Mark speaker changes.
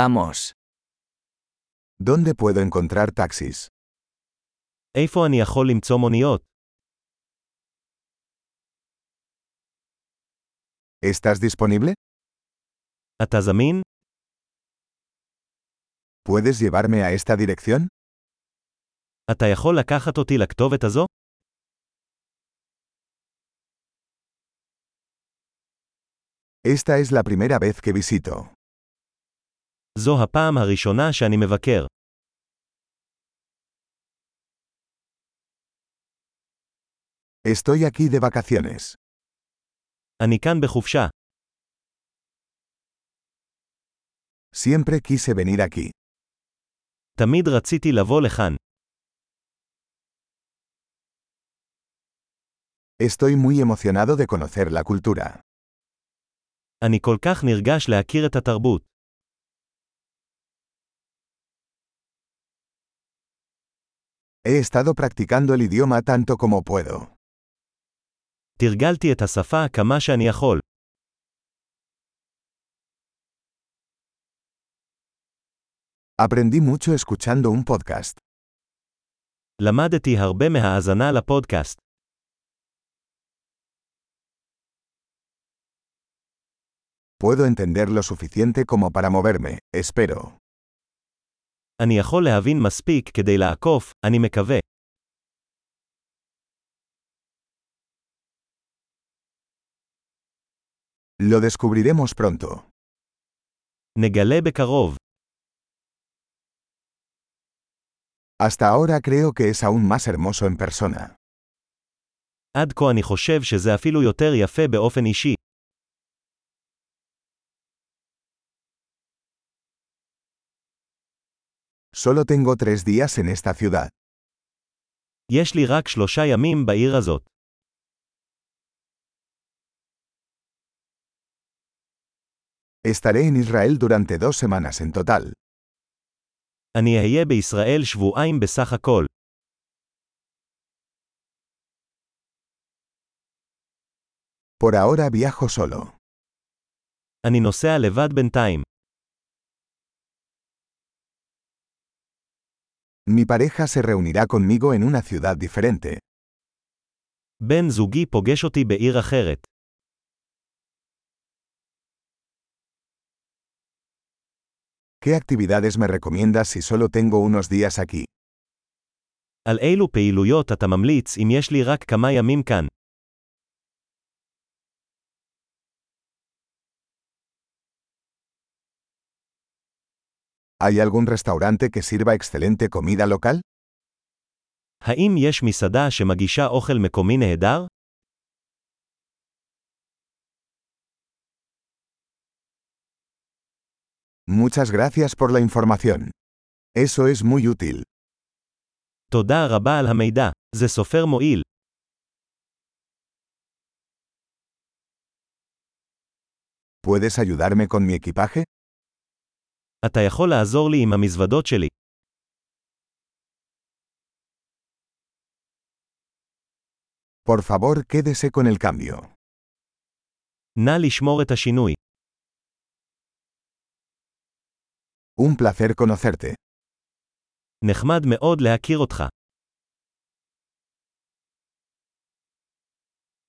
Speaker 1: Vamos.
Speaker 2: ¿Dónde puedo encontrar taxis?
Speaker 3: איפה אני יכול למצוא מוניות?
Speaker 2: ¿Estás disponible?
Speaker 3: אתה זמין?
Speaker 2: ¿Puedes llevarme a esta dirección?
Speaker 3: אתה יכול לקחת אותי לכתובת הזו?
Speaker 2: Esta es la primera vez que visito.
Speaker 3: זו הפעם הראשונה שאני מבקר.
Speaker 2: Estoy aquí de vacaciones.
Speaker 3: אני כאן בחופשה.
Speaker 2: Siempre quise venir aquí.
Speaker 3: תמיד רציתי לבוא לכאן.
Speaker 2: Estoy muy emocionado de conocer la cultura.
Speaker 3: אני כל כך נרגש להכיר את התרבות.
Speaker 2: He estado practicando el idioma tanto como puedo.
Speaker 3: תרגלתי את השפה כמה שאני יכול.
Speaker 2: Aprendí mucho escuchando un podcast.
Speaker 3: למדתי הרבה מההאזנה לפודקאסט.
Speaker 2: Puedo entender lo suficiente como para moverme, espero.
Speaker 3: אני יכול להבין מספיק כדי לעקוף, אני מקווה.
Speaker 2: Lo descubriremos pronto.
Speaker 3: נגלה בקרוב.
Speaker 2: Hasta ahora creo que es aún más hermoso en persona.
Speaker 3: עד כה אני חושב שזה אפילו יותר יפה באופן אישי.
Speaker 2: Solo tengo tres días en esta ciudad.
Speaker 3: יש לי רק שלושה ימים בעיר הזאת.
Speaker 2: Estaré en Israel durante dos semanas en total.
Speaker 3: אני אהיה בישראל שבועיים בסך הכל.
Speaker 2: Por ahora viajo solo.
Speaker 3: אני נוסע לבד בינתיים.
Speaker 2: Mi pareja se reunirá conmigo en una ciudad diferente.
Speaker 3: בן זוגי פוגש אותי בעיר אחרת.
Speaker 2: ¿Qué actividades me recomiendas si solo tengo unos días aquí?
Speaker 3: על אילו פעילויות אתה ממליץ אם יש לי רק כמה ימים כאן?
Speaker 2: ¿Hay algún restaurante que sirva excelente comida local?
Speaker 3: האם יש מסעדה שמגישה אוכל מקומי נהדר?
Speaker 2: Muchas gracias por la información. Eso es muy útil.
Speaker 3: תודה רבה על המידע. זה סופר מועיל.
Speaker 2: ¿Puedes ayudarme con mi equipaje?
Speaker 3: אתה יכול לעזור לי עם המזוודות שלי.
Speaker 2: Por favor, quédese con el cambio.
Speaker 3: נא לשמור את השינוי.
Speaker 2: Un placer conocerte.
Speaker 3: נחמד מאוד להכיר אותך.